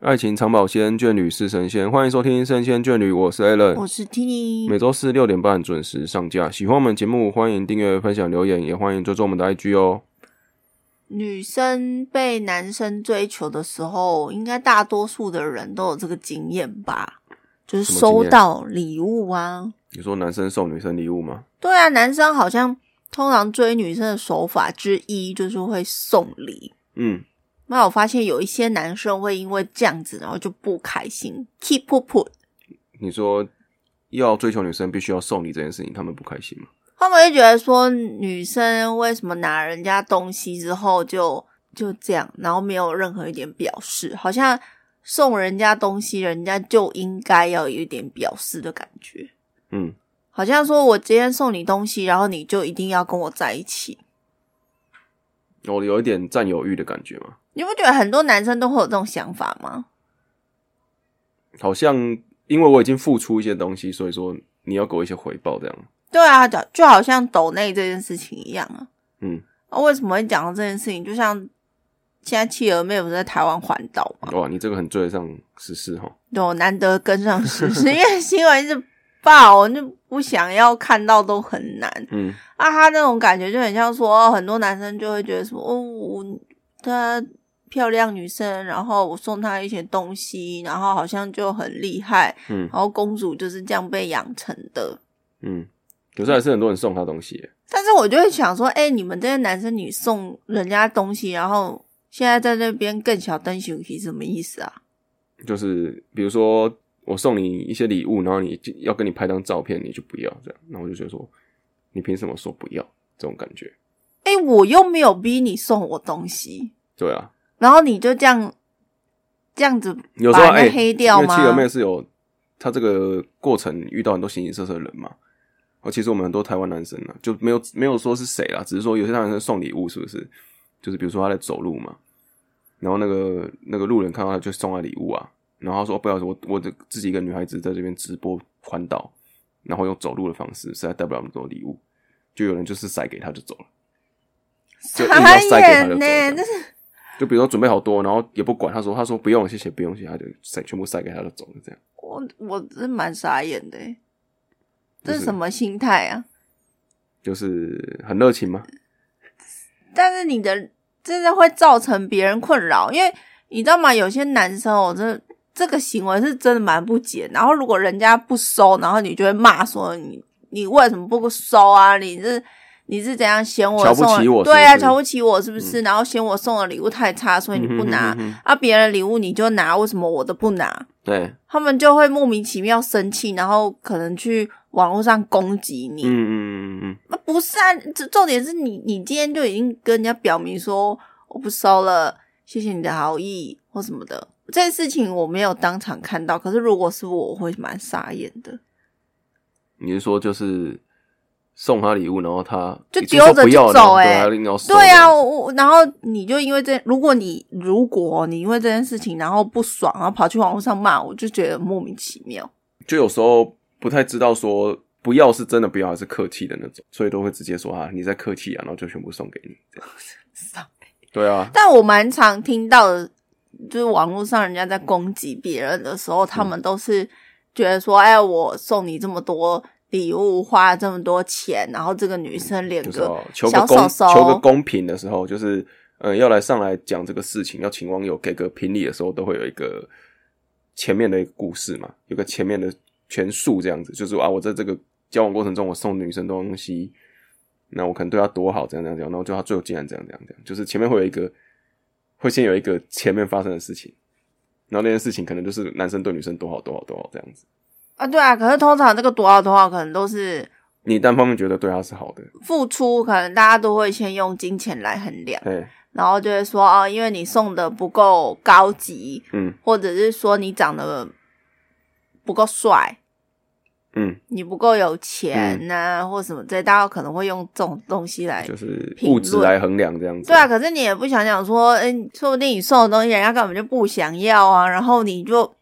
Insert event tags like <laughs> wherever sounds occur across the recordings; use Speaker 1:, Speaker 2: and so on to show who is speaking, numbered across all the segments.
Speaker 1: 爱情长保鲜，眷侣是神仙。欢迎收听《神仙眷侣》，我是 Allen，
Speaker 2: 我是 Tini，
Speaker 1: 每周四六点半准时上架。喜欢我们节目，欢迎订阅、分享、留言，也欢迎追踪我们的 IG 哦。
Speaker 2: 女生被男生追求的时候，应该大多数的人都有这个经验吧？就是
Speaker 1: 什么经
Speaker 2: 收
Speaker 1: 验
Speaker 2: 到礼物啊，
Speaker 1: 你说男生送女生礼物吗？
Speaker 2: 对啊，男生好像通常追女生的手法之一就是会送礼。
Speaker 1: 嗯，
Speaker 2: 那我发现有一些男生会因为这样子，然后就不开心，keep put，
Speaker 1: 你说要追求女生必须要送礼这件事情，他们不开心吗？
Speaker 2: 他们会觉得说女生为什么拿人家东西之后就就这样，然后没有任何一点表示，好像送人家东西，人家就应该要有一点表示的感觉，
Speaker 1: 嗯，
Speaker 2: 好像说我今天送你东西，然后你就一定要跟我在一起。
Speaker 1: 我哦有一点占有欲的感觉嘛，
Speaker 2: 你不觉得很多男生都会有这种想法吗？
Speaker 1: 好像因为我已经付出一些东西，所以说你要给我一些回报，这样。
Speaker 2: 对啊，就就好像抖内这件事情一样啊。
Speaker 1: 嗯，
Speaker 2: 啊为什么会讲到这件事情？就像现在企鹅妹不是在台湾环岛吗？
Speaker 1: 哇，你这个很追得上时事哈。
Speaker 2: 对，我难得跟上时事，因为新闻一直爆，我就不想要看到都很难
Speaker 1: 嗯，
Speaker 2: 啊。他那种感觉就很像说，哦很多男生就会觉得说，哦，我她漂亮女生，然后我送她一些东西，然后好像就很厉害，
Speaker 1: 嗯
Speaker 2: 然后公主就是这样被养成的。
Speaker 1: 嗯，可是还是很多人送他东西耶。
Speaker 2: 但是我就会想说，哎、你们这些男生，你送人家东西，然后现在在那边更小灯熊皮，什么意思啊？
Speaker 1: 就是比如说我送你一些礼物，然后你就要跟你拍张照片，你就不要这样，那我就觉得说你凭什么说不要这种感觉？
Speaker 2: 哎、我又没有逼你送我东西，
Speaker 1: 对啊，
Speaker 2: 然后你就这样这样子
Speaker 1: 有时候
Speaker 2: 把
Speaker 1: 哎、
Speaker 2: 人家黑掉
Speaker 1: 因为
Speaker 2: 吗？
Speaker 1: 企鹅妹
Speaker 2: <laughs>
Speaker 1: 是有她这个过程遇到很多形形色色的人嘛。而其实我们很多台湾男生啊，就没有没有说是谁啦，只是说有些男生送礼物是不是？就是比如说他在走路嘛，然后那个那个路人看到他就送他礼物啊，然后他说、哦不要我我这自己一个女孩子在这边直播环岛，然后用走路的方式，实在带不了那么多礼物，就有人就是塞给他就走了，就硬要塞给他就走
Speaker 2: 呢、
Speaker 1: 了
Speaker 2: 这。是
Speaker 1: 就比如说准备好多，然后也不管，他说他说不用谢谢不用谢谢，他就塞全部塞给他就走了这样。
Speaker 2: 我我真蛮傻眼的欸，
Speaker 1: 就
Speaker 2: 这
Speaker 1: 是
Speaker 2: 是什么心态啊？
Speaker 1: 就是很热情吗？
Speaker 2: 但是你的真的会造成别人困扰，因为你知道吗？有些男生哦，真的这个行为是真的蛮不解。然后如果人家不收，然后你就会骂说你你为什么不收啊？你是你是怎样嫌我
Speaker 1: 瞧不
Speaker 2: 送了
Speaker 1: 起我是不
Speaker 2: 对啊，
Speaker 1: 是
Speaker 2: 瞧不起我是不是？然后嫌我送的礼物太差，所以你不拿、
Speaker 1: 嗯哼哼哼
Speaker 2: 啊，别人的礼物你就拿，为什么我的不拿？
Speaker 1: 对，
Speaker 2: 他们就会莫名其妙生气，然后可能去网络上攻击你。
Speaker 1: 嗯嗯嗯嗯
Speaker 2: 啊，不是啊，这重点是你，你今天就已经跟人家表明说我不收了，谢谢你的好意或什么的。这件事情我没有当场看到，可是如果是我，我会蛮傻眼的，
Speaker 1: 嗯，你是说就是送他礼物，然后他
Speaker 2: 就
Speaker 1: 已经说
Speaker 2: 丢着
Speaker 1: 不要了，
Speaker 2: 就走
Speaker 1: 对
Speaker 2: 欸
Speaker 1: 啊，一定要收
Speaker 2: 对
Speaker 1: 这
Speaker 2: 啊，
Speaker 1: 样
Speaker 2: 我我然后你就因为这，如果你如果你因为这件事情然后不爽，然后跑去网络上骂，我就觉得莫名其妙。
Speaker 1: 就有时候不太知道说不要是真的不要还是客气的那种，所以都会直接说啊你在客气啊，然后就全部送给你。这样对啊，
Speaker 2: 但我蛮常听到的，就是网络上人家在攻击别人的时候，他们都是觉得说：“哎，我送你这么多礼物，花了这么多钱，然后这个女生连
Speaker 1: 就是
Speaker 2: 哦
Speaker 1: 要求个
Speaker 2: 个小
Speaker 1: 公
Speaker 2: 手手，
Speaker 1: 求个公平的时候，就是嗯要来上来讲这个事情，要请网友给个评理的时候，都会有一个前面的一个故事嘛，有个前面的全述这样子，就是啊我在这个交往过程中，我送女生东西，那我可能对她多好，怎样怎样怎样，然后就她最后竟然怎样怎样怎样，就是前面会有一个会先有一个前面发生的事情。然后那件事情可能就是男生对女生多好多好多好这样子，
Speaker 2: 啊，对啊。可是通常这个多少多少，可能都是
Speaker 1: 你单方面觉得对他是好的，
Speaker 2: 付出，可能大家都会先用金钱来衡量，
Speaker 1: 哎，
Speaker 2: 然后就会说：哦，因为你送的不够高级，
Speaker 1: 嗯
Speaker 2: 或者是说你长得不够帅，
Speaker 1: 嗯，
Speaker 2: 你不够有钱呐、或什么之类，大家可能会用这种东西来。
Speaker 1: 就是
Speaker 2: 评
Speaker 1: 物质
Speaker 2: 论
Speaker 1: 来衡量这样子。
Speaker 2: 对啊，可是你也不想想说，哎、说不定你送的东西人家根本就不想要啊，然后你就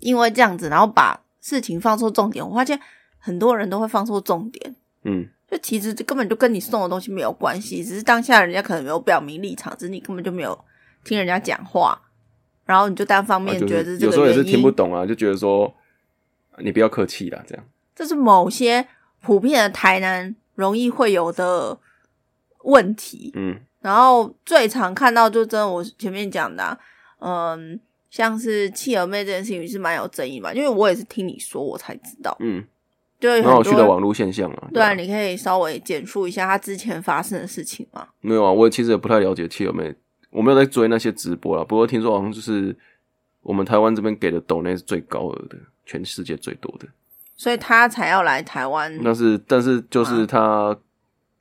Speaker 2: 因为这样子，然后把事情放错重点。我发现很多人都会放错重点，
Speaker 1: 嗯，
Speaker 2: 就其实根本就跟你送的东西没有关系，只是当下人家可能没有表明立场，只是你根本就没有听人家讲话，然后你就单方面
Speaker 1: 啊就
Speaker 2: 觉
Speaker 1: 是
Speaker 2: 得这
Speaker 1: 有
Speaker 2: 个
Speaker 1: 时候也
Speaker 2: 原因，
Speaker 1: 是听不懂啊，就觉得说你不要客气啦，这样
Speaker 2: 这是某些普遍的台南容易会有的问题。
Speaker 1: 嗯
Speaker 2: 然后最常看到就真的我前面讲的啊、嗯，像是弃儿妹这件事情是蛮有争议嘛，因为我也是听你说我才知道，
Speaker 1: 嗯，
Speaker 2: 就是
Speaker 1: 蛮有
Speaker 2: 很
Speaker 1: 趣的
Speaker 2: 多
Speaker 1: 网络现象啊。
Speaker 2: 对
Speaker 1: 啊
Speaker 2: 啊，你可以稍微简述一下他之前发生的事情吗？
Speaker 1: 没有啊，我其实也不太了解汽油妹，我没有在追那些直播啦。不过听说好像就是我们台湾这边给的抖内是最高额的，全世界最多的。
Speaker 2: 所以他才要来台湾，
Speaker 1: 但是但是
Speaker 2: 嗯
Speaker 1: 就是他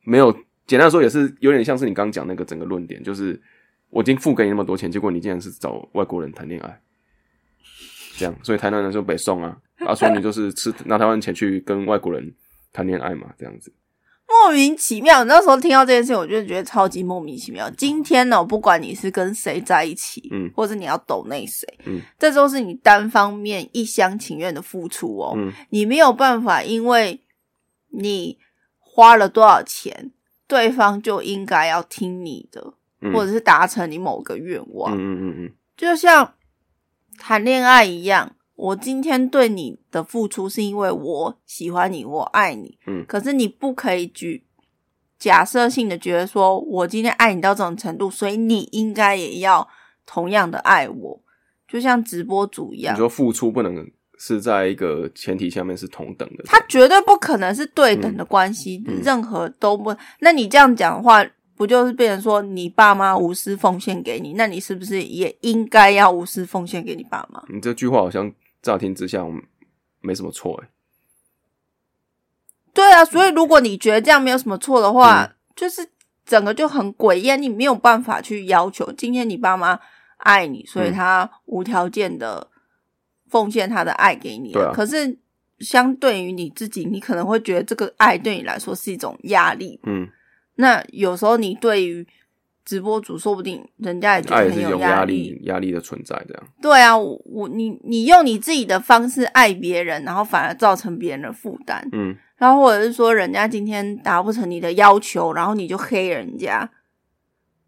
Speaker 1: 没有，简单来说也是有点像是你刚刚讲那个整个论点，就是我已经付给你那么多钱，结果你竟然是找外国人谈恋爱，这样，所以台南人说北宋
Speaker 2: <laughs>
Speaker 1: 啊，啊，所以你就是吃拿台湾钱去跟外国人谈恋爱嘛，这样子。
Speaker 2: 莫名其妙。那时候听到这件事情，我就觉得超级莫名其妙。今天呢、不管你是跟谁在一起，
Speaker 1: 嗯
Speaker 2: 或者你要抖内谁，
Speaker 1: 嗯，
Speaker 2: 这都是你单方面一厢情愿的付出哦。
Speaker 1: 嗯
Speaker 2: 你没有办法，因为你花了多少钱，对方就应该要听你的，
Speaker 1: 嗯，
Speaker 2: 或者是达成你某个愿望。
Speaker 1: 嗯嗯嗯
Speaker 2: 就像谈恋爱一样，我今天对你的付出是因为我喜欢你，我爱你。
Speaker 1: 嗯
Speaker 2: 可是你不可以举假设性的觉得说，我今天爱你到这种程度，所以你应该也要同样的爱我，就像直播主
Speaker 1: 嗯，
Speaker 2: 一样
Speaker 1: 你。说付出不能是在一个前提下面是同等的，
Speaker 2: 他绝对不可能是对等的关系，
Speaker 1: 嗯
Speaker 2: 任何都不。那你这样讲的话，不就是变成说你爸妈无私奉献给你？那你是不是也应该要无私奉献给你爸妈？
Speaker 1: 你这句话好像乍听之下没什么错哎、
Speaker 2: 对啊，所以如果你觉得这样没有什么错的话，
Speaker 1: 嗯
Speaker 2: 就是整个就很诡异，你没有办法去要求。今天你爸妈爱你，所以
Speaker 1: 嗯
Speaker 2: 他无条件的奉献他的爱给你、
Speaker 1: 对啊
Speaker 2: 可是相对于你自己，你可能会觉得这个爱对你来说是一种压力。
Speaker 1: 嗯，
Speaker 2: 那有时候你对于直播主，说不定人家也觉
Speaker 1: 爱
Speaker 2: 得
Speaker 1: 也是
Speaker 2: 很
Speaker 1: 一
Speaker 2: 有
Speaker 1: 种
Speaker 2: 压
Speaker 1: 压。压力的存在这样。
Speaker 2: 对啊，我我你你用你自己的方式爱别人，然后反而造成别人的负担，
Speaker 1: 嗯，
Speaker 2: 然后或者是说人家今天达不成你的要求，然后你就黑人家，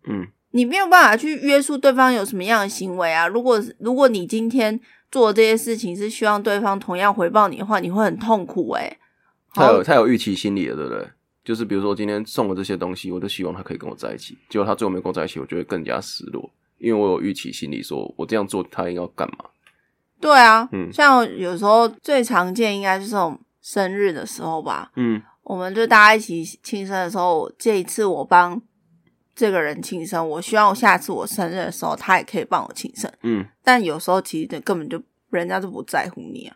Speaker 1: 嗯
Speaker 2: 你没有办法去约束对方有什么样的行为啊。如果如果你今天做这些事情是希望对方同样回报你的话，你会很痛苦诶、
Speaker 1: 他
Speaker 2: 好
Speaker 1: 有他有预期心理的，对不对？就是比如说今天送了这些东西，我就希望他可以跟我在一起，结果他最后没跟我在一起，我就会更加失落，因为我有预期心理，说我这样做他应该要干嘛？
Speaker 2: 对啊，
Speaker 1: 嗯
Speaker 2: 像有时候最常见应该就是这种生日的时候吧，
Speaker 1: 嗯
Speaker 2: 我们就大家一起庆生的时候，这一次我帮这个人庆生，我希望我下次我生日的时候，他也可以帮我庆生。
Speaker 1: 嗯，
Speaker 2: 但有时候其实根本就人家就不在乎你啊。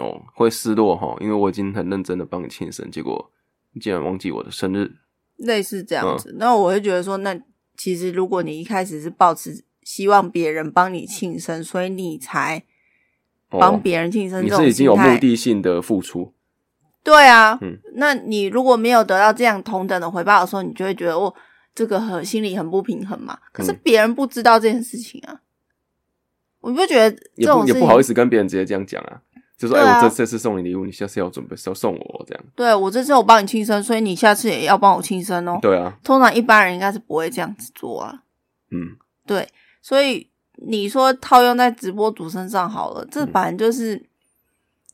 Speaker 1: 哦，会失落哈，因为我已经很认真的帮你庆生，结果你竟然忘记我的生日。
Speaker 2: 类似
Speaker 1: 嗯
Speaker 2: 这样子。那我会觉得说，那其实如果你一开始是抱持希望别人帮你庆生，所以你才帮
Speaker 1: 哦，
Speaker 2: 别人庆生
Speaker 1: 你
Speaker 2: 这种心态，
Speaker 1: 是已经有目的性的付出。
Speaker 2: 对啊，
Speaker 1: 嗯
Speaker 2: 那你如果没有得到这样同等的回报的时候，你就会觉得哦，这个很心里很不平衡嘛。可是
Speaker 1: 嗯
Speaker 2: 别人不知道这件事情啊，我不觉得这
Speaker 1: 也
Speaker 2: 种
Speaker 1: 不
Speaker 2: 事
Speaker 1: 也不
Speaker 2: 情
Speaker 1: 好意思跟别人直接这样讲啊，就说哎、
Speaker 2: 对啊
Speaker 1: 我这这次送你礼物，你下次要准备是要送我这样。
Speaker 2: 对我这次我帮你庆生，所以你下次也要帮我庆生哦。
Speaker 1: 对啊，
Speaker 2: 通常一般人应该是不会这样子做啊。
Speaker 1: 嗯
Speaker 2: 对，所以你说套用在直播主身上好了，
Speaker 1: 嗯
Speaker 2: 这反正就是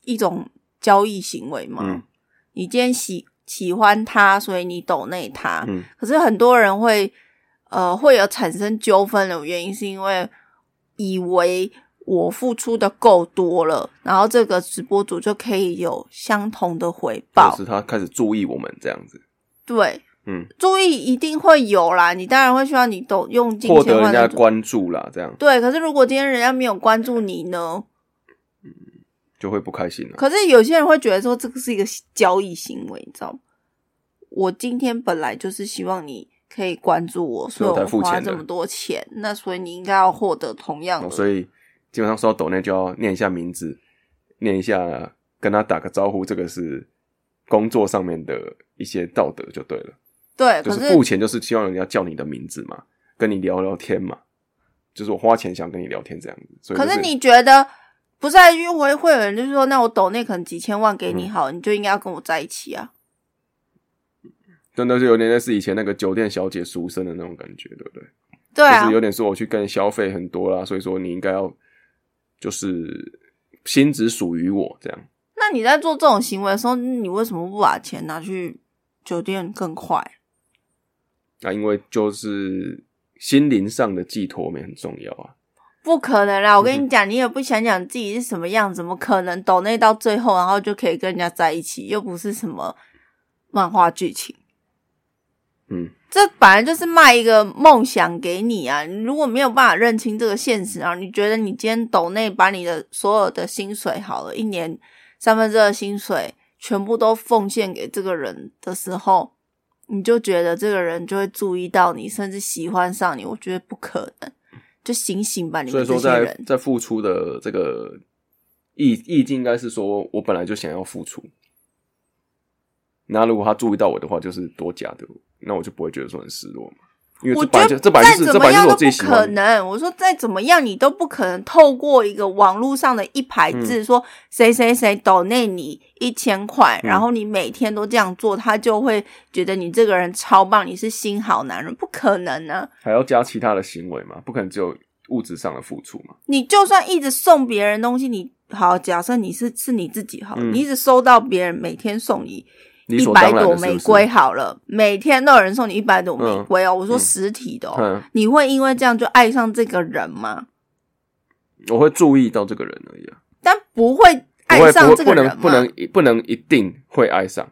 Speaker 2: 一种交易行为嘛。
Speaker 1: 嗯
Speaker 2: 你今天喜喜欢他，所以你抖内他，
Speaker 1: 嗯
Speaker 2: 可是很多人会呃会有产生纠纷的原因，是因为以为我付出的够多了，然后这个直播主就可以有相同的回
Speaker 1: 就
Speaker 2: 报。
Speaker 1: 是他开始注意我们这样子，
Speaker 2: 对，
Speaker 1: 嗯，
Speaker 2: 注意一定会有啦，你当然会希望你抖用尽
Speaker 1: 获得
Speaker 2: 千
Speaker 1: 人
Speaker 2: 万
Speaker 1: 家
Speaker 2: 的
Speaker 1: 的关注啦，这样
Speaker 2: 对，可是如果今天人家没有关注你呢？
Speaker 1: 就会不开心了、
Speaker 2: 可是有些人会觉得说这个是一个交易行为，你知道吗？我今天本来就是希望你可以关注我，
Speaker 1: 所以
Speaker 2: 所以
Speaker 1: 我才
Speaker 2: 我
Speaker 1: 付
Speaker 2: 花
Speaker 1: 钱的
Speaker 2: 这么多钱，那所以你应该要获得同样的。
Speaker 1: 哦所以基本上说到抖内就要念一下名字，念一下跟他打个招呼，这个是工作上面的一些道德就对了，
Speaker 2: 对，
Speaker 1: 就
Speaker 2: 呃可
Speaker 1: 是
Speaker 2: 是
Speaker 1: 付钱就是希望人家叫你的名字嘛，跟你聊聊天嘛，就是我花钱想跟你聊天这样子，所以、
Speaker 2: 可
Speaker 1: 就是
Speaker 2: 你觉得不是啊？因为会会有人就是说，那我抖那可能几千万给你
Speaker 1: 嗯
Speaker 2: 好，你就应该要跟我在一起啊。
Speaker 1: 真的是有点类似以前那个酒店小姐赎身的那种感觉，对不对？
Speaker 2: 对啊
Speaker 1: 就是，有点说我去跟你消费很多啦，所以说你应该要就是心只属于我这样。
Speaker 2: 那你在做这种行为的时候，你为什么不把钱拿去酒店更快？啊
Speaker 1: 那因为就是心灵上的寄托也很重要啊。
Speaker 2: 不可能
Speaker 1: 嗯
Speaker 2: 啦！我跟你讲，你也不想想自己是什么样，怎么可能抖内到最后，然后就可以跟人家在一起？又不是什么漫画剧情，
Speaker 1: 嗯，
Speaker 2: 这本来就是卖一个梦想给你啊！你如果没有办法认清这个现实啊，你觉得你今天抖内把你的所有的薪水好了，一年三分之二薪水全部都奉献给这个人的时候，你就觉得这个人就会注意到你，甚至喜欢上你。我觉得不可能，就醒醒吧，你
Speaker 1: 所
Speaker 2: 们
Speaker 1: 以
Speaker 2: 这
Speaker 1: 说
Speaker 2: 些
Speaker 1: 在
Speaker 2: 人。
Speaker 1: 在付出的这个意意境，应该是说我本来就想要付出。那如果他注意到我的话，就是多加的，那我就不会觉得说很失落嘛。因为
Speaker 2: 我
Speaker 1: 这
Speaker 2: 觉
Speaker 1: 本来就这本来就是
Speaker 2: 得再怎
Speaker 1: 这
Speaker 2: 么
Speaker 1: 本来就
Speaker 2: 样
Speaker 1: 是
Speaker 2: 都
Speaker 1: 我自己
Speaker 2: 不
Speaker 1: 喜
Speaker 2: 可
Speaker 1: 欢的。
Speaker 2: 能。我说再怎么样你都不可能透过一个网络上的一排
Speaker 1: 嗯
Speaker 2: 字说谁谁谁抖内你一千块，
Speaker 1: 嗯
Speaker 2: 然后你每天都这样做，他就会觉得你这个人超棒，你是新好男人，不可能啊！
Speaker 1: 还要加其他的行为嘛，不可能只有物质上的付出嘛。
Speaker 2: 你就算一直送别人东西，你好，假设你是是你自己好了，
Speaker 1: 嗯
Speaker 2: 你一直收到别人每天送你
Speaker 1: 理
Speaker 2: 一
Speaker 1: 所
Speaker 2: 百
Speaker 1: 当然
Speaker 2: 朵
Speaker 1: 的是
Speaker 2: 玫
Speaker 1: 不是
Speaker 2: 瑰好了，每天都有人送你一百朵玫瑰哦，我说
Speaker 1: 嗯
Speaker 2: 实体的哦。
Speaker 1: 嗯，
Speaker 2: 你会因为这样就爱上这个人吗？
Speaker 1: 我会注意到这个人而已啊，
Speaker 2: 但不会
Speaker 1: 不
Speaker 2: 爱
Speaker 1: 会
Speaker 2: 上
Speaker 1: 不
Speaker 2: 这
Speaker 1: 会
Speaker 2: 个
Speaker 1: 不
Speaker 2: 人
Speaker 1: 能
Speaker 2: 吗？
Speaker 1: 不能一不能一定会爱上，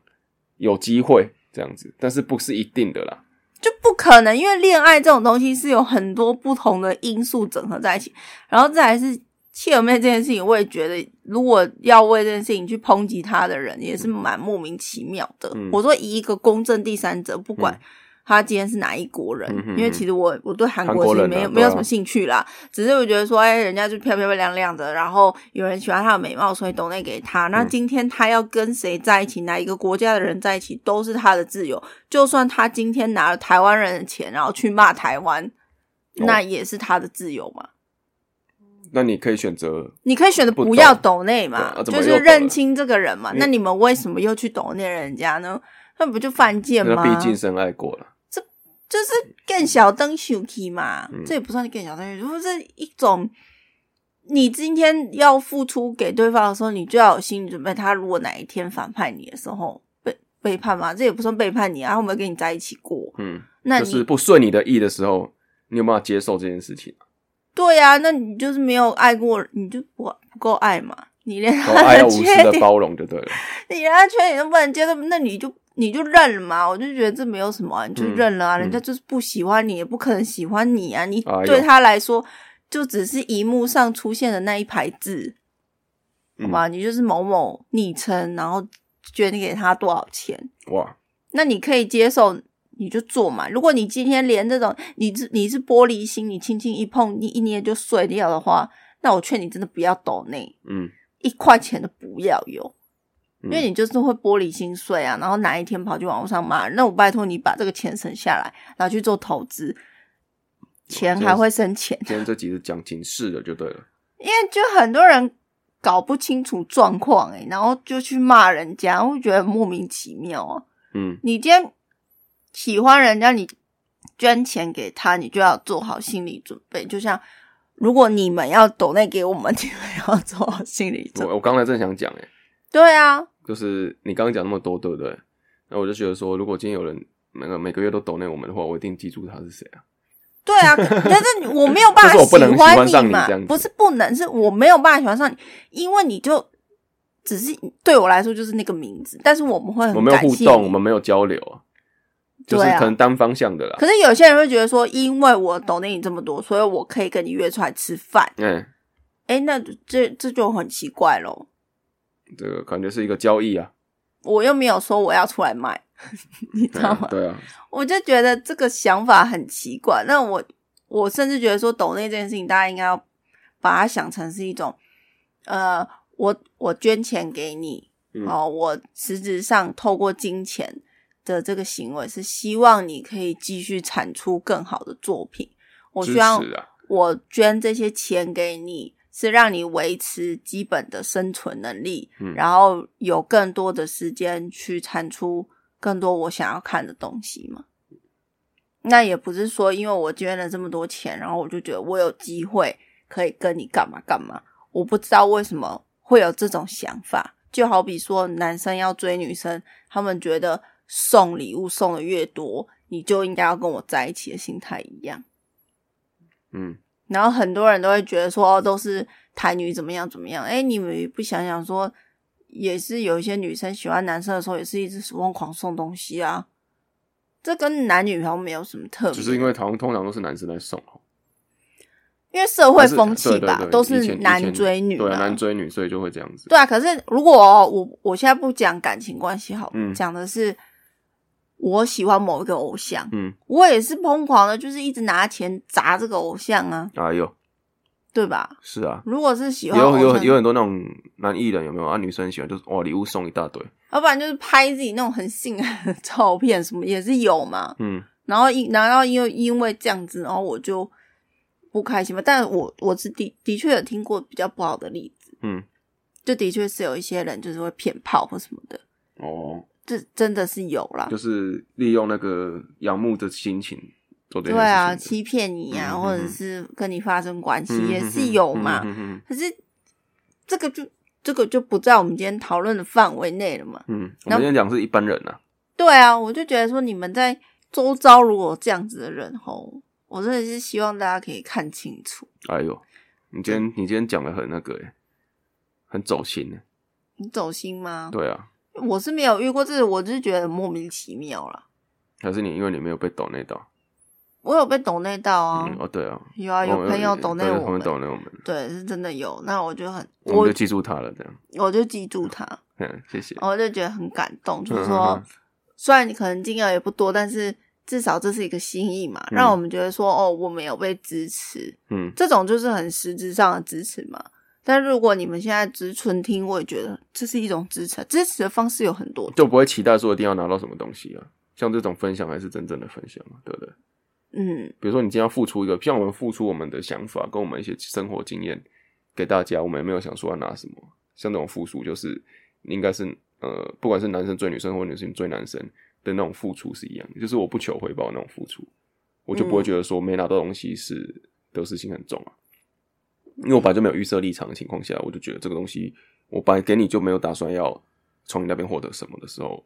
Speaker 1: 有机会这样子，但是不是一定的啦。
Speaker 2: 就不可能，因为恋爱这种东西是有很多不同的因素整合在一起。然后再来是契儿妹这件事情，我也觉得如果要为这件事情去抨击他的人，也是蛮莫名其妙的。
Speaker 1: 嗯
Speaker 2: 我说以一个公正第三者，不管。他今天是哪一国人？
Speaker 1: 嗯哼
Speaker 2: 因为
Speaker 1: 嗯
Speaker 2: 其实我我对韩
Speaker 1: 韩
Speaker 2: 国
Speaker 1: 国
Speaker 2: 其实
Speaker 1: 人啊
Speaker 2: 没有、
Speaker 1: 对啊
Speaker 2: 没有什么兴趣啦，只是我觉得说，哎，人家就漂漂亮亮的，然后有人喜欢她的美貌，所以懂得给她。那
Speaker 1: 嗯
Speaker 2: 今天她要跟谁在一起，哪一个国家的人在一起，都是她的自由。就算他今天拿了台湾人的钱，然后去骂台湾，
Speaker 1: 哦
Speaker 2: 那也是他的自由嘛。
Speaker 1: 那你可以选择
Speaker 2: 你可以选择
Speaker 1: 不
Speaker 2: 不要
Speaker 1: 懂
Speaker 2: 抖内嘛，
Speaker 1: 对啊怎么
Speaker 2: 就
Speaker 1: 又嗯
Speaker 2: 是
Speaker 1: 抖了
Speaker 2: 认清这个人嘛。
Speaker 1: 因为
Speaker 2: 那你们为什么又去抖内人家呢？那不就犯贱
Speaker 1: 那
Speaker 2: 吗？
Speaker 1: 毕竟深爱过了，
Speaker 2: 就是更小灯手气嘛，
Speaker 1: 嗯
Speaker 2: 这也不算更小灯手，就是一种你今天要付出给对方的时候，你就要有心理准备，他如果哪一天反叛你的时候背背叛嘛，这也不算背叛你啊，他有没有跟你在一起过？
Speaker 1: 嗯，
Speaker 2: 那
Speaker 1: 就
Speaker 2: 你、
Speaker 1: 是不顺你的意的时候，你有没有接受这件事
Speaker 2: <laughs>
Speaker 1: 情？
Speaker 2: 对呀、那你就是没有爱过，你就不不够爱嘛，你连
Speaker 1: 都
Speaker 2: 他
Speaker 1: 爱要
Speaker 2: 的
Speaker 1: 无
Speaker 2: <laughs>
Speaker 1: 私
Speaker 2: 缺
Speaker 1: 的
Speaker 2: 点，
Speaker 1: 包容就对了。
Speaker 2: 你连他缺点都不能接受，那你就你就认了嘛。我就觉得这没有什么啊、你就
Speaker 1: 嗯
Speaker 2: 认了啊，
Speaker 1: 嗯
Speaker 2: 人家就是不喜欢你，也不可能喜欢你啊。你
Speaker 1: 哎呦
Speaker 2: 对他来说，就只是荧幕上出现的那一排字，好
Speaker 1: 嗯
Speaker 2: 吧？你就是某某昵称，然后捐给他多少钱，
Speaker 1: 哇，
Speaker 2: 那你可以接受，你就做嘛。如果你今天连这种你是你是玻璃心，你轻轻一碰，你一捏就碎掉的话，那我劝你真的不要抖内，
Speaker 1: 嗯，
Speaker 2: 一块钱都不要有，因
Speaker 1: 嗯
Speaker 2: 为你就是会玻璃心碎啊。然后哪一天跑去网络上骂人，那我拜托你把这个钱省下来，拿去做投资，钱还会生钱，
Speaker 1: 今天这集是讲警示的就对了。
Speaker 2: 因为就很多人。搞不清楚状况诶、然后就去骂人家，我会觉得莫名其妙啊。
Speaker 1: 嗯，
Speaker 2: 你今天喜欢人家，你捐钱给他，你就要做好心理准备。就像如果你们要抖内给我们，你们要做好心理准备。
Speaker 1: 我我刚才正想讲，哎，
Speaker 2: 对啊，
Speaker 1: 就是你刚刚讲那么多，对不对？那我就觉得说，如果今天有人那个每个月都抖内我们的话，我一定记住他是谁啊。
Speaker 2: 对
Speaker 1: <laughs>
Speaker 2: 啊，可但是我没有办
Speaker 1: 就是
Speaker 2: 法
Speaker 1: 我不能喜欢上
Speaker 2: 你
Speaker 1: 你
Speaker 2: 嘛
Speaker 1: 这样，子
Speaker 2: 不是不能，是我没有办法喜欢上你，因为你就只是对我来说就是那个名字，但是我们会
Speaker 1: 我
Speaker 2: 很
Speaker 1: 没有
Speaker 2: 感
Speaker 1: 互
Speaker 2: 谢
Speaker 1: 动，我
Speaker 2: 你
Speaker 1: 们没有交流啊，就是
Speaker 2: 对啊
Speaker 1: 可能单方向的啦。
Speaker 2: 可是有些人会觉得说，因为我抖内你这么多，所以我可以跟你约出来吃饭。
Speaker 1: 嗯，
Speaker 2: 哎，那这这就很奇怪咯。
Speaker 1: 这个感觉是一个交易啊，
Speaker 2: 我又没有说我要出来卖， <laughs> 你知道
Speaker 1: 嗯
Speaker 2: 吗？
Speaker 1: 对啊，
Speaker 2: 我就觉得这个想法很奇怪。那我我甚至觉得说，抖内这件事情，大家应该要把它想成是一种，呃，我我捐钱给你，
Speaker 1: 嗯
Speaker 2: 哦，我实质上透过金钱的这个行为，是希望你可以继续产出更好的作品。我
Speaker 1: 支
Speaker 2: 希望
Speaker 1: 持啊，
Speaker 2: 我捐这些钱给你，是让你维持基本的生存能力，
Speaker 1: 嗯
Speaker 2: 然后有更多的时间去产出更多我想要看的东西嘛。那也不是说因为我捐了这么多钱，然后我就觉得我有机会可以跟你干嘛干嘛。我不知道为什么会有这种想法，就好比说男生要追女生，他们觉得送礼物送的越多，你就应该要跟我在一起的心态一样。
Speaker 1: 嗯，
Speaker 2: 然后很多人都会觉得说，哦、都是台女怎么样怎么样。哎，你们不想想说，也是有一些女生喜欢男生的时候，也是一直疯狂送东西啊。这跟男女朋友没有什么特别，
Speaker 1: 只是因为好像通常都是男生在送，哦
Speaker 2: 因为社会
Speaker 1: 但是
Speaker 2: 风气
Speaker 1: 对对
Speaker 2: 吧，
Speaker 1: 对
Speaker 2: 都
Speaker 1: 以
Speaker 2: 是
Speaker 1: 前以
Speaker 2: 男
Speaker 1: 前
Speaker 2: 追女嘛。
Speaker 1: 对啊，男追女，所以就会这样子。
Speaker 2: 对啊，可是如果我我现在不讲感情关系好了，
Speaker 1: 嗯
Speaker 2: 讲的是我喜欢某一个偶像，
Speaker 1: 嗯，
Speaker 2: 我也是疯狂的，就是一直拿钱砸这个偶像啊，
Speaker 1: 啊有
Speaker 2: 对吧？
Speaker 1: 是啊，
Speaker 2: 如果是喜
Speaker 1: 有
Speaker 2: 欢偶像，
Speaker 1: 有很有很多那种男艺人有没有啊？女生喜欢就是哇礼物送一大堆，
Speaker 2: 要不然就是拍自己那种很性感的照片，什么也是有嘛。
Speaker 1: 嗯
Speaker 2: 然后因然后因为因为这样子，然后我就不开心嘛。但我我是的的确有听过比较不好的例子，
Speaker 1: 嗯
Speaker 2: 就的确是有一些人就是会骗炮或什么的，
Speaker 1: 哦，
Speaker 2: 这真的是有啦。
Speaker 1: 就是利用那个仰慕的心情做这件
Speaker 2: 对
Speaker 1: 事情
Speaker 2: 啊，
Speaker 1: 的
Speaker 2: 欺骗你啊，
Speaker 1: 嗯嗯
Speaker 2: 或者是跟你发生关系、
Speaker 1: 嗯
Speaker 2: 也是有嘛。
Speaker 1: 嗯嗯
Speaker 2: 可是这个就这个就不在我们今天讨论的范围内了嘛。
Speaker 1: 嗯，嗯我
Speaker 2: 然后
Speaker 1: 们今天讲是一般人啊，
Speaker 2: 对啊，我就觉得说你们在周遭如果有这样子的人吼，我真的是希望大家可以看清楚。
Speaker 1: 哎呦，你今天你今天讲的很那个、欸，很走心欸
Speaker 2: 你走心吗？
Speaker 1: 对啊，
Speaker 2: 我是没有遇过这个，我就是觉得莫名其妙啦。
Speaker 1: 还是你因为你没有被抖那到，
Speaker 2: 我有被抖内到啊，
Speaker 1: 嗯哦对啊，
Speaker 2: 有啊，有
Speaker 1: 我们
Speaker 2: 朋友抖内
Speaker 1: 对
Speaker 2: 我
Speaker 1: 朋友
Speaker 2: 们，
Speaker 1: 抖内我们，
Speaker 2: 对，是真的有。那我就很
Speaker 1: 我
Speaker 2: 我哦
Speaker 1: 们就记住他了，这样， <laughs>
Speaker 2: 我就记住他，
Speaker 1: 嗯，谢谢，
Speaker 2: 我就觉得很感动，就是
Speaker 1: 嗯
Speaker 2: 说。
Speaker 1: 嗯嗯
Speaker 2: 虽然你可能金额也不多，但是至少这是一个心意嘛，
Speaker 1: 嗯
Speaker 2: 让我们觉得说哦，我们有被支持，
Speaker 1: 嗯，
Speaker 2: 这种就是很实质上的支持嘛。但如果你们现在只是纯听，我也觉得这是一种支持，支持的方式有很多种。
Speaker 1: 就不会期待说一定要拿到什么东西啊。像这种分享还是真正的分享嘛，对不对？
Speaker 2: 嗯，
Speaker 1: 比如说你今天要付出一个，像我们付出我们的想法跟我们一些生活经验给大家，我们也没有想说要啊拿什么。像这种付出，就是应该是呃，不管是男生追女生或女生追男生的那种付出是一样的，就是我不求回报的那种付出，我就不会觉得说没拿到东西是得失心很重啊。因为我本来就没有预设立场的情况下，我就觉得这个东西我本来给你就没有打算要从你那边获得什么的时候，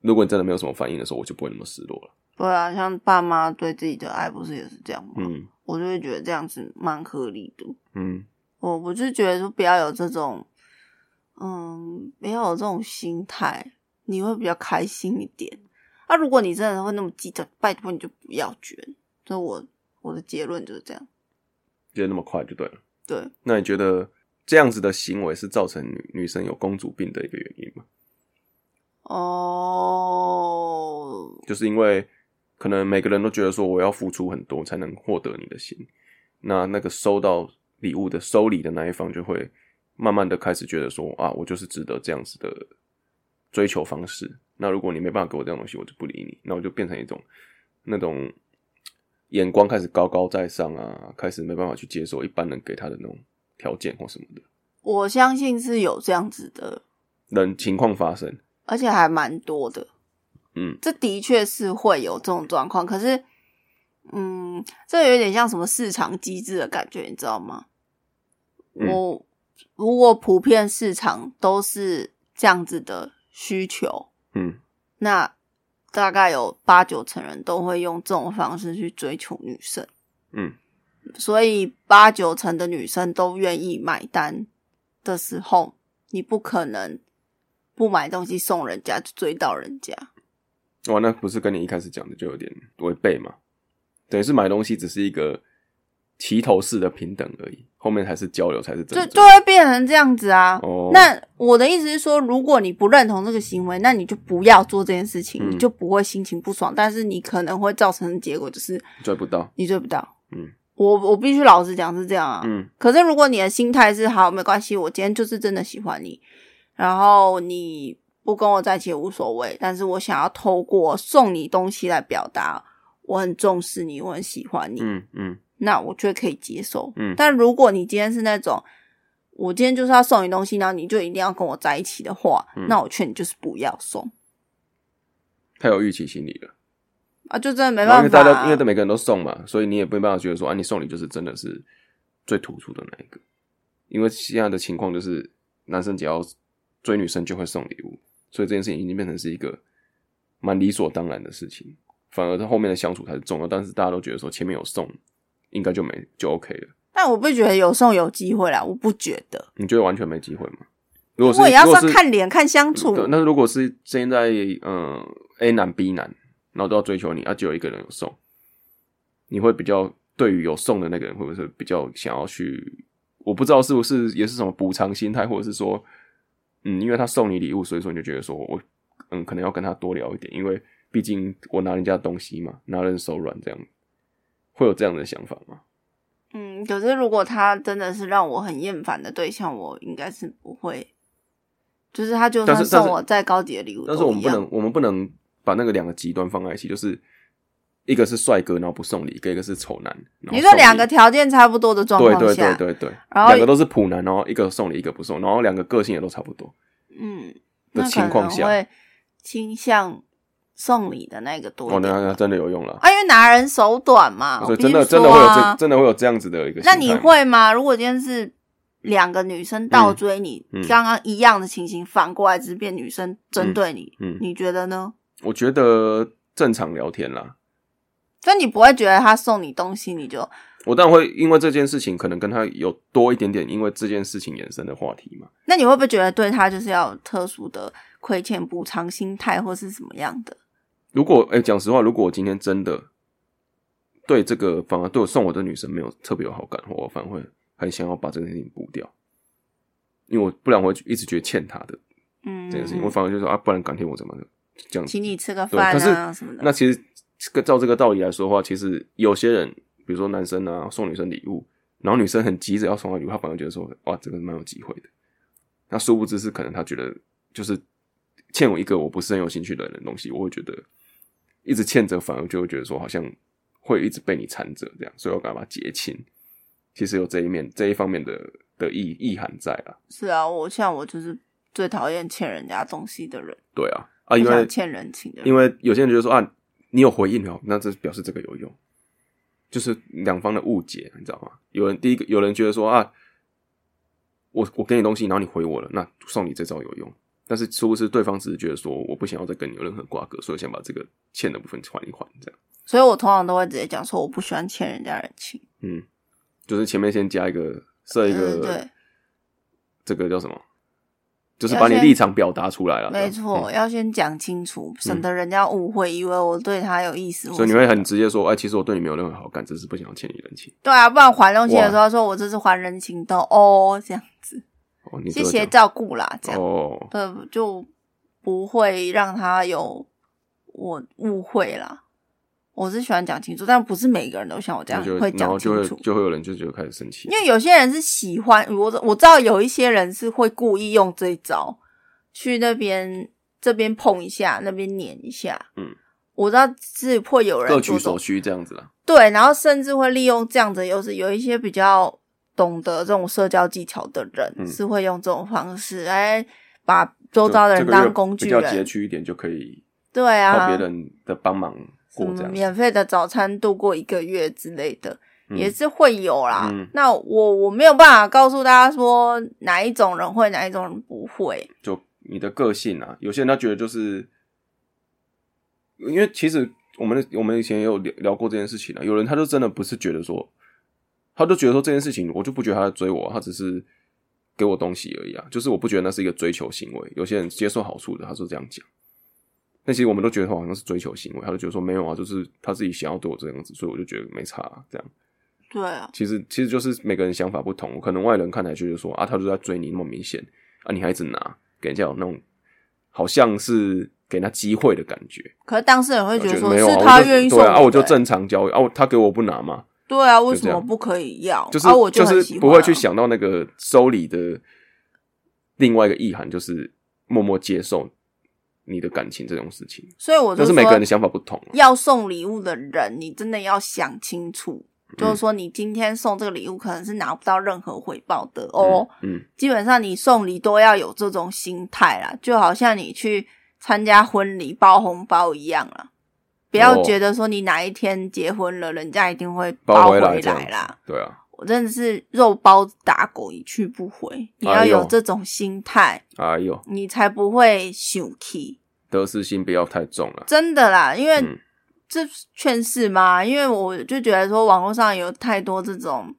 Speaker 1: 如果你真的没有什么反应的时候，我就不会那么失落了。
Speaker 2: 对啊，像爸妈对自己的爱不是也是这样吗？
Speaker 1: 嗯
Speaker 2: 我就会觉得这样子蛮合理的。
Speaker 1: 嗯
Speaker 2: 我我就觉得说不要有这种，嗯，不要有这种心态，你会比较开心一点。那、如果你真的会那么计较，拜托你就不要捐。所以我我的结论就是这样。
Speaker 1: 觉得那么快就对了。
Speaker 2: 对，
Speaker 1: 那你觉得这样子的行为是造成女女生有公主病的一个原因吗？
Speaker 2: 哦，
Speaker 1: 就是因为可能每个人都觉得说我要付出很多才能获得你的心，那那个收到礼物的收礼的那一方就会慢慢的开始觉得说啊，我就是值得这样子的追求方式。那如果你没办法给我这种东西，我就不理你，那我就变成一种那种眼光开始高高在上啊，开始没办法去接受一般人给他的那种条件或什么的
Speaker 2: 我相信是有这样子的，
Speaker 1: 人情况发生。
Speaker 2: 而且还蛮多的。
Speaker 1: 嗯，
Speaker 2: 这的确是会有这种状况，可是，嗯，这有点像什么市场机制的感觉，你知道吗？
Speaker 1: 嗯
Speaker 2: 我如果普遍市场都是这样子的需求，
Speaker 1: 嗯
Speaker 2: 那大概有八九成人都会用这种方式去追求女生，
Speaker 1: 嗯
Speaker 2: 所以八九成的女生都愿意买单的时候，你不可能不买东西送人家就追到人家。
Speaker 1: 哇，那不是跟你一开始讲的就有点违背嘛？等于是买东西只是一个齐头式的平等而已，后面才是交流，才是真
Speaker 2: 就
Speaker 1: 正
Speaker 2: 就会变成这样子啊。
Speaker 1: 哦
Speaker 2: 那我的意思是说，如果你不认同这个行为，那你就不要做这件事情，
Speaker 1: 嗯
Speaker 2: 你就不会心情不爽，但是你可能会造成的结果就是
Speaker 1: 追不到。
Speaker 2: 你追不到。
Speaker 1: 嗯，
Speaker 2: 我我必须老实讲是这样啊。
Speaker 1: 嗯
Speaker 2: 可是如果你的心态是好，没关系，我今天就是真的喜欢你，然后你不跟我在一起也无所谓，但是我想要透过送你东西来表达我很重视你，我很喜欢你。
Speaker 1: 嗯嗯
Speaker 2: 那我觉得可以接受。
Speaker 1: 嗯
Speaker 2: 但如果你今天是那种，我今天就是要送你东西，然后你就一定要跟我在一起的话，
Speaker 1: 嗯
Speaker 2: 那我劝你就是不要送。
Speaker 1: 太有预期心理了。
Speaker 2: 啊，就真的没
Speaker 1: 然后因为
Speaker 2: 办法、
Speaker 1: 大
Speaker 2: 啊
Speaker 1: 家因为都每个人都送嘛，所以你也没办法觉得说啊，你送礼就是真的是最突出的那一个。因为现在的情况就是，男生只要追女生就会送礼物，所以这件事情已经变成是一个蛮理所当然的事情。反而他后面的相处才是重要，但是大家都觉得说前面有送，应该就没就 OK 了。
Speaker 2: 但我不觉得有送有机会啦，我不觉得。
Speaker 1: 你觉得完全没机会吗？如果是
Speaker 2: 我也要
Speaker 1: 如果是
Speaker 2: 算
Speaker 1: 嗯
Speaker 2: 看脸看相处
Speaker 1: 对，那如果是现在嗯 A 男 B 男，然后都要追求你，啊，只有一个人有送，你会比较对于有送的那个人，会不会是比较想要去？我不知道是不是也是什么补偿心态，或者是说，嗯，因为他送你礼物，所以说你就觉得说我嗯可能要跟他多聊一点，因为毕竟我拿人家的东西嘛，拿人手软这样，会有这样的想法吗？
Speaker 2: 嗯，可是如果他真的是让我很厌烦的对象，我应该是不会。就是他就
Speaker 1: 但
Speaker 2: 算
Speaker 1: 是
Speaker 2: 送
Speaker 1: 但是
Speaker 2: 我再高级的礼物，
Speaker 1: 但是我们不能，。我们不能把那个两个极端放在一起，就是一个是帅哥然后不送礼，一个是丑男。然后
Speaker 2: 你说
Speaker 1: 送礼
Speaker 2: 两个条件差不多的状况
Speaker 1: 对
Speaker 2: 下，
Speaker 1: 对对对对，
Speaker 2: 然后
Speaker 1: 两个都是普男，然后一个送礼，一个不送，然后两个个性也都差不多。
Speaker 2: 嗯，
Speaker 1: 的
Speaker 2: 那可
Speaker 1: 情况
Speaker 2: 能
Speaker 1: 下
Speaker 2: 会倾向送礼的那个多
Speaker 1: 哦，
Speaker 2: 一点
Speaker 1: 那那真的有用了，
Speaker 2: 啊，因为拿人手短嘛，
Speaker 1: 所以
Speaker 2: 我必
Speaker 1: 真
Speaker 2: 须
Speaker 1: 的真的
Speaker 2: 说
Speaker 1: 会有
Speaker 2: 啊
Speaker 1: 这真的会有这样子的一个心态吗。
Speaker 2: 那你会吗？如果今天是两个女生倒追你
Speaker 1: 嗯嗯，
Speaker 2: 刚刚一样的情形，反过来只是变女生针对你，
Speaker 1: 嗯嗯
Speaker 2: 你觉得呢？
Speaker 1: 我觉得正常聊天啦，
Speaker 2: 所以你不会觉得他送你东西，你就
Speaker 1: 我当然会因为这件事情可能跟他有多一点点因为这件事情衍生的话题嘛。
Speaker 2: 那你会不会觉得对他就是要有特殊的亏欠补偿心态，或是什么样的？
Speaker 1: 如果哎，讲、实话，如果我今天真的对这个反而对我送我的女生没有特别有好感，我反而会很想要把这件事情补掉，因为我不然我会一直觉得欠她的
Speaker 2: 嗯，
Speaker 1: 这件事情，我反而就说啊，不然改天我怎么的这样子。
Speaker 2: 请你吃个
Speaker 1: 对，
Speaker 2: 饭
Speaker 1: 可
Speaker 2: 啊
Speaker 1: 是
Speaker 2: 什么的。
Speaker 1: 那其实这个照这个道理来说的话，其实有些人，比如说男生啊，送女生礼物，然后女生很急着要送他礼物，他反而觉得说，哇，这个蛮有机会的。那殊不知是可能他觉得就是欠我一个我不是很有兴趣的人的东西，我会觉得一直欠着，反而就会觉得说好像会一直被你缠着这样，所以我赶快把它结清。其实有这一面这一方面的的意意涵在啦，
Speaker 2: 是啊，我像我就是最讨厌欠人家东西的人，
Speaker 1: 对啊啊，
Speaker 2: 不
Speaker 1: 因为
Speaker 2: 想欠人情的人。
Speaker 1: 因为有些人觉得说啊，你有回应哦，那这表示这个有用，就是两方的误解，你知道吗？有人第一个有人觉得说啊，我我给你东西，然后你回我了，那送你这招有用，但是殊不知对方只是觉得说我不想要再跟你有任何瓜葛，所以先把这个欠的部分还一还，这样，
Speaker 2: 所以我通常都会直接讲说，我不喜欢欠人家人情。
Speaker 1: 嗯，就是前面先加一个设一个、
Speaker 2: 嗯对
Speaker 1: 这个叫什么，就是
Speaker 2: 要
Speaker 1: 把你
Speaker 2: 先
Speaker 1: 立场表达出来了，
Speaker 2: 没
Speaker 1: 这样
Speaker 2: 错，要先讲清楚，省得人家误会，以为我对他有意思或
Speaker 1: 嗯所以
Speaker 2: 什么的。
Speaker 1: 你会很直接说，哎，其实我对你没有任何好感，只是不想要欠你人情。
Speaker 2: 对啊，不然还东西的时
Speaker 1: 哇
Speaker 2: 候说我这是还人情的哦，这样子，
Speaker 1: 哦，你这
Speaker 2: 谢
Speaker 1: 个
Speaker 2: 谢
Speaker 1: 讲
Speaker 2: 照顾啦，这样，
Speaker 1: 哦，
Speaker 2: 对，就不会让他有我误会啦。我是喜欢讲清楚，但不是每个人都像我这样
Speaker 1: 那就
Speaker 2: 会
Speaker 1: 然
Speaker 2: 讲
Speaker 1: 后就
Speaker 2: 清
Speaker 1: 会
Speaker 2: 楚。
Speaker 1: 就会有人就就开始生气
Speaker 2: 因。为有些人是喜欢我，我知道有一些人是会故意用这一招，去那边这边碰一下，那边碾一下。
Speaker 1: 嗯，
Speaker 2: 我知道是会有人
Speaker 1: 各
Speaker 2: 做
Speaker 1: 取
Speaker 2: 这种
Speaker 1: 所需这样子啦。
Speaker 2: 对，然后甚至会利用这样子的优势，有一些比较懂得这种社交技巧的人、
Speaker 1: 嗯
Speaker 2: 是会用这种方式，哎，把周
Speaker 1: 就
Speaker 2: 遭的
Speaker 1: 这
Speaker 2: 人
Speaker 1: 个月
Speaker 2: 当工具
Speaker 1: 比较拮
Speaker 2: 人，
Speaker 1: 据一点就可以
Speaker 2: 对
Speaker 1: 靠
Speaker 2: 啊，
Speaker 1: 别人的帮忙
Speaker 2: 什
Speaker 1: 过
Speaker 2: 么
Speaker 1: 这样子。
Speaker 2: 免费的早餐度过一个月之类的，
Speaker 1: 嗯
Speaker 2: 也是会有啦。
Speaker 1: 嗯
Speaker 2: 那我我没有办法告诉大家说哪一种人会，哪一种人不会。
Speaker 1: 就你的个性啊，有些人他觉得就是，因为其实我们的我们以前也有聊聊过这件事情啊，有人他就真的不是觉得说，他就觉得说这件事情，我就不觉得他在追我，他只是给我东西而已啊，就是我不觉得那是一个追求行为。有些人接受好处的，他说这样讲，但其实我们都觉得他好像是追求行为，他就觉得说没有啊，就是他自己想要对我这样子，所以我就觉得没差啊、这样。
Speaker 2: 对啊，
Speaker 1: 其实其实就是每个人想法不同，可能外人看来就是说啊，他就在追你那么明显啊，你还一直拿，给人家有那种好像是给人家机会的感觉，
Speaker 2: 可是当事人会觉得说
Speaker 1: 没有
Speaker 2: 是
Speaker 1: 啊，
Speaker 2: 他
Speaker 1: 我就
Speaker 2: 愿意送
Speaker 1: 对啊，啊我就
Speaker 2: 的
Speaker 1: 正常交易啊，我他给我不拿嘛，
Speaker 2: 对啊，为
Speaker 1: 就
Speaker 2: 什
Speaker 1: 这样
Speaker 2: 么不可以要？
Speaker 1: 就是、
Speaker 2: 啊、我
Speaker 1: 就
Speaker 2: 很
Speaker 1: 是
Speaker 2: 喜欢
Speaker 1: 不会去
Speaker 2: 啊
Speaker 1: 想到那个收礼的另外一个意涵，就是默默接受你的感情这种事情，
Speaker 2: 所以我就
Speaker 1: 但是
Speaker 2: 说，
Speaker 1: 每个人的想法不同啊
Speaker 2: 要送礼物的人，你真的要想清楚，
Speaker 1: 嗯
Speaker 2: 就是说你今天送这个礼物，可能是拿不到任何回报的哦。
Speaker 1: 嗯，嗯
Speaker 2: 基本上你送礼都要有这种心态啦，就好像你去参加婚礼包红包一样啦。不要
Speaker 1: 哦
Speaker 2: 觉得说你哪一天结婚了，人家一定会
Speaker 1: 包
Speaker 2: 回
Speaker 1: 回来这样
Speaker 2: 啦。
Speaker 1: 对啊，
Speaker 2: 我真的是肉包子打狗一去不回，你要
Speaker 1: 哎呦
Speaker 2: 有这种心态，
Speaker 1: 哎呦，
Speaker 2: 你才不会生气。
Speaker 1: 得失心不要太重啊了。
Speaker 2: 真的啦，因为
Speaker 1: 嗯
Speaker 2: 这劝世嘛，因为我就觉得说网络上有太多这种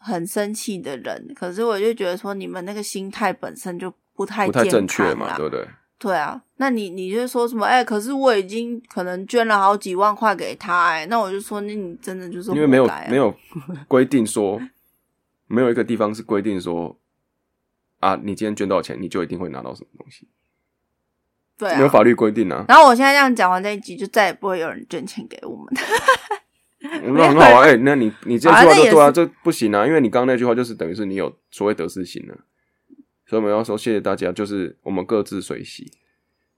Speaker 2: 很生气的人，可是我就觉得说你们那个心态本身就不太
Speaker 1: 不太
Speaker 2: 健
Speaker 1: 正确
Speaker 2: 康
Speaker 1: 嘛，
Speaker 2: 啦
Speaker 1: 对不对？
Speaker 2: 对啊，那你你就说什么？哎、可是我已经可能捐了好几万块给他、哎，那我就说，那你真的就是
Speaker 1: 因为没有
Speaker 2: 活该啊
Speaker 1: 没有规定说， <laughs> 没有一个地方是规定说啊，你今天捐多少钱，你就一定会拿到什么东西，
Speaker 2: 对啊。
Speaker 1: 没有法律规定啊
Speaker 2: <laughs> 然后我现在这样讲完这一集，就再也不会有人捐钱给我们。
Speaker 1: 那很好啊，哎、那你你这句
Speaker 2: 好啊
Speaker 1: 话
Speaker 2: 那
Speaker 1: 就
Speaker 2: 也
Speaker 1: 对啊，
Speaker 2: 是
Speaker 1: 这不行啊，因为你刚刚那句话就是等于是你有所谓得失心了、所以我们要说谢谢大家，就是我们各自随喜，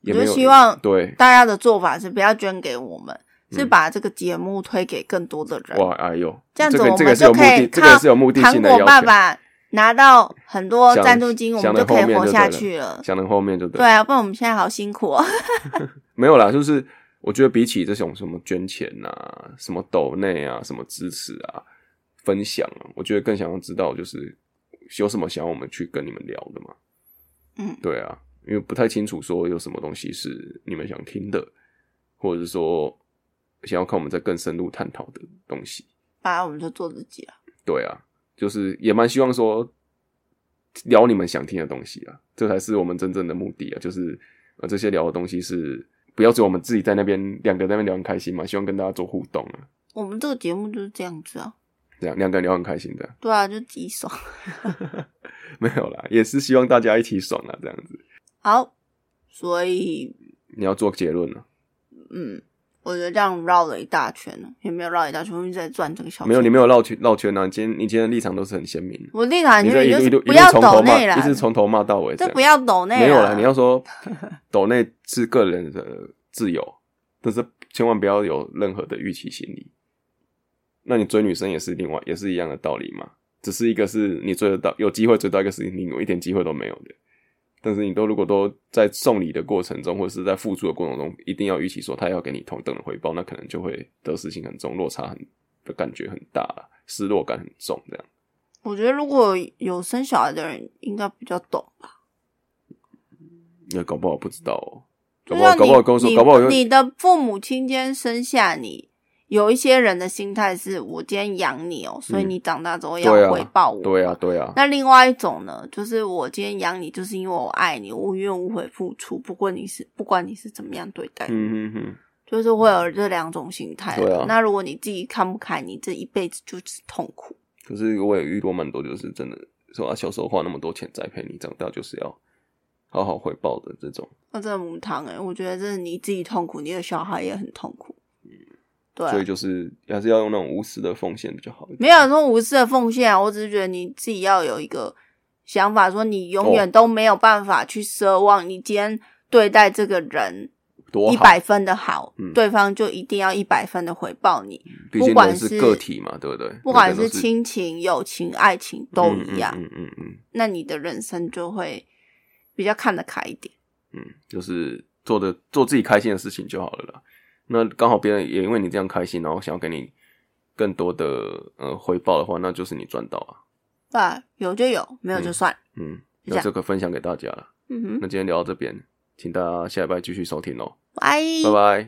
Speaker 1: 也
Speaker 2: 我就
Speaker 1: 没有
Speaker 2: 希望
Speaker 1: 对
Speaker 2: 大家的做法是不要捐给我们，是
Speaker 1: 嗯
Speaker 2: 把这个节目推给更多的人。
Speaker 1: 哇，哎呦，
Speaker 2: 这样子
Speaker 1: 个
Speaker 2: 我
Speaker 1: 这个
Speaker 2: 们
Speaker 1: 是有
Speaker 2: 就
Speaker 1: 目
Speaker 2: 可以
Speaker 1: 的，这个
Speaker 2: 靠
Speaker 1: 是有目的
Speaker 2: 糖
Speaker 1: 性的
Speaker 2: 果
Speaker 1: 要
Speaker 2: 爸
Speaker 1: 求，
Speaker 2: 爸拿到很多
Speaker 1: 想
Speaker 2: 赞助金，我
Speaker 1: 想
Speaker 2: 们
Speaker 1: 得
Speaker 2: 就可
Speaker 1: 后
Speaker 2: 以
Speaker 1: 面
Speaker 2: 活
Speaker 1: 就
Speaker 2: 下
Speaker 1: 对了
Speaker 2: 去了。
Speaker 1: 想到后面就对
Speaker 2: 对
Speaker 1: 了
Speaker 2: 啊，不然我们现在好辛苦哦。 <laughs>
Speaker 1: 没有啦，就是我觉得比起这种什么捐钱啊、什么抖内啊、什么支持啊、分享啊，我觉得更想要知道就是有什么想要我们去跟你们聊的嘛。
Speaker 2: 嗯
Speaker 1: 对啊，因为不太清楚说有什么东西是你们想听的，或者是说想要看我们在更深入探讨的东西。
Speaker 2: 反正我们就做自己了。
Speaker 1: 对啊，就是也蛮希望说聊你们想听的东西啊，这才是我们真正的目的啊。就是呃，这些聊的东西是不要只有我们自己在那边两个在那边聊很开心嘛，希望跟大家做互动啊，
Speaker 2: 我们这个节目就是这样子啊。
Speaker 1: 这样两个人聊很开心的， <laughs>
Speaker 2: 对啊，就自己爽。
Speaker 1: 没有啦，也是希望大家一起爽啊，这样子。
Speaker 2: 好，所以
Speaker 1: 你要做结论啊了、
Speaker 2: 嗯，我觉得这样绕了一大圈呢，也没有绕一大圈，我们一直在转这个小
Speaker 1: 没有，你没
Speaker 2: 有。
Speaker 1: 有绕圈绕圈啊，你今天你今天的立场都是很鲜明的。
Speaker 2: 我立场
Speaker 1: 你
Speaker 2: 就
Speaker 1: 这
Speaker 2: 是
Speaker 1: 一
Speaker 2: 就
Speaker 1: 路一
Speaker 2: 是
Speaker 1: 路一路
Speaker 2: 不要
Speaker 1: 从
Speaker 2: 抖
Speaker 1: 头
Speaker 2: 内
Speaker 1: 骂，
Speaker 2: 啦
Speaker 1: 一，直从头骂到尾这
Speaker 2: 就
Speaker 1: 样，
Speaker 2: 不要抖内
Speaker 1: 没有
Speaker 2: 啦
Speaker 1: 啦，你要
Speaker 2: <laughs>
Speaker 1: 说抖内是个人的自由，但是千万不要有任何的预期心理。那你追女生也是另外也是一样的道理嘛，只是一个是你追得到有机会追到一个是你有一点机会都没有的，但是你都如果都在送礼的过程中或者是在付出的过程中，一定要预期说他要给你同等的回报，那可能就会得失心很重，落差很的感觉很大啦，失落感很重这样。
Speaker 2: 我觉得如果有生小孩的人，应该比较懂吧。
Speaker 1: 那搞不好不知道哦、
Speaker 2: 就
Speaker 1: 搞不好
Speaker 2: 像
Speaker 1: 搞不好跟我说，
Speaker 2: 你
Speaker 1: 搞不好有
Speaker 2: 你你的父母亲今天生下你，有一些人的心态是我今天养你哦，所以
Speaker 1: 嗯
Speaker 2: 你长大之后要
Speaker 1: 对啊
Speaker 2: 回报我。
Speaker 1: 对啊，。对啊，
Speaker 2: 那另外一种呢，就是我今天养你，就是因为我爱你，无怨无悔付出。不过你是不管你是怎么样对待，
Speaker 1: 嗯哼哼，
Speaker 2: 就是会有这两种心态。
Speaker 1: 对啊
Speaker 2: 那如果你自己看不开，你这一辈子就是痛苦。
Speaker 1: 可是我也遇过蛮多，就是真的说啊，小时候花那么多钱栽培你，长大就是要好好回报的这种，
Speaker 2: 那真的母汤哎、我觉得这是你自己痛苦，你的小孩也很痛苦。对啊、
Speaker 1: 所以就是还是要用那种无私的奉献比较好一点。
Speaker 2: 没有说无私的奉献啊，我只是觉得你自己要有一个想法，说你永
Speaker 1: 哦
Speaker 2: 远都没有办法去奢望你今天对待这个人
Speaker 1: 多
Speaker 2: 一
Speaker 1: 好，
Speaker 2: 百分的好，
Speaker 1: 嗯
Speaker 2: 对方就一定要一百分的回报你，
Speaker 1: 毕
Speaker 2: 不
Speaker 1: 竟
Speaker 2: 管
Speaker 1: 人
Speaker 2: 是
Speaker 1: 是个体嘛，对不对？
Speaker 2: 不管
Speaker 1: 每个人
Speaker 2: 是
Speaker 1: 都是
Speaker 2: 亲情、友情、爱情都一样，
Speaker 1: 嗯嗯嗯嗯
Speaker 2: 那你的人生就会比较看得开一点。
Speaker 1: 嗯嗯，就是做的做自己开心的事情就好了啦。那刚好别人也因为你这样开心，然后想要给你更多的呃回报的话，那就是你赚到啊。
Speaker 2: 对啊，有就有，没有就算。
Speaker 1: 嗯，
Speaker 2: 就这样
Speaker 1: 那这个分享给大家了。
Speaker 2: 嗯哼，
Speaker 1: 那今天聊到这边，请大家下礼拜继续收听哦，
Speaker 2: 拜
Speaker 1: 拜拜。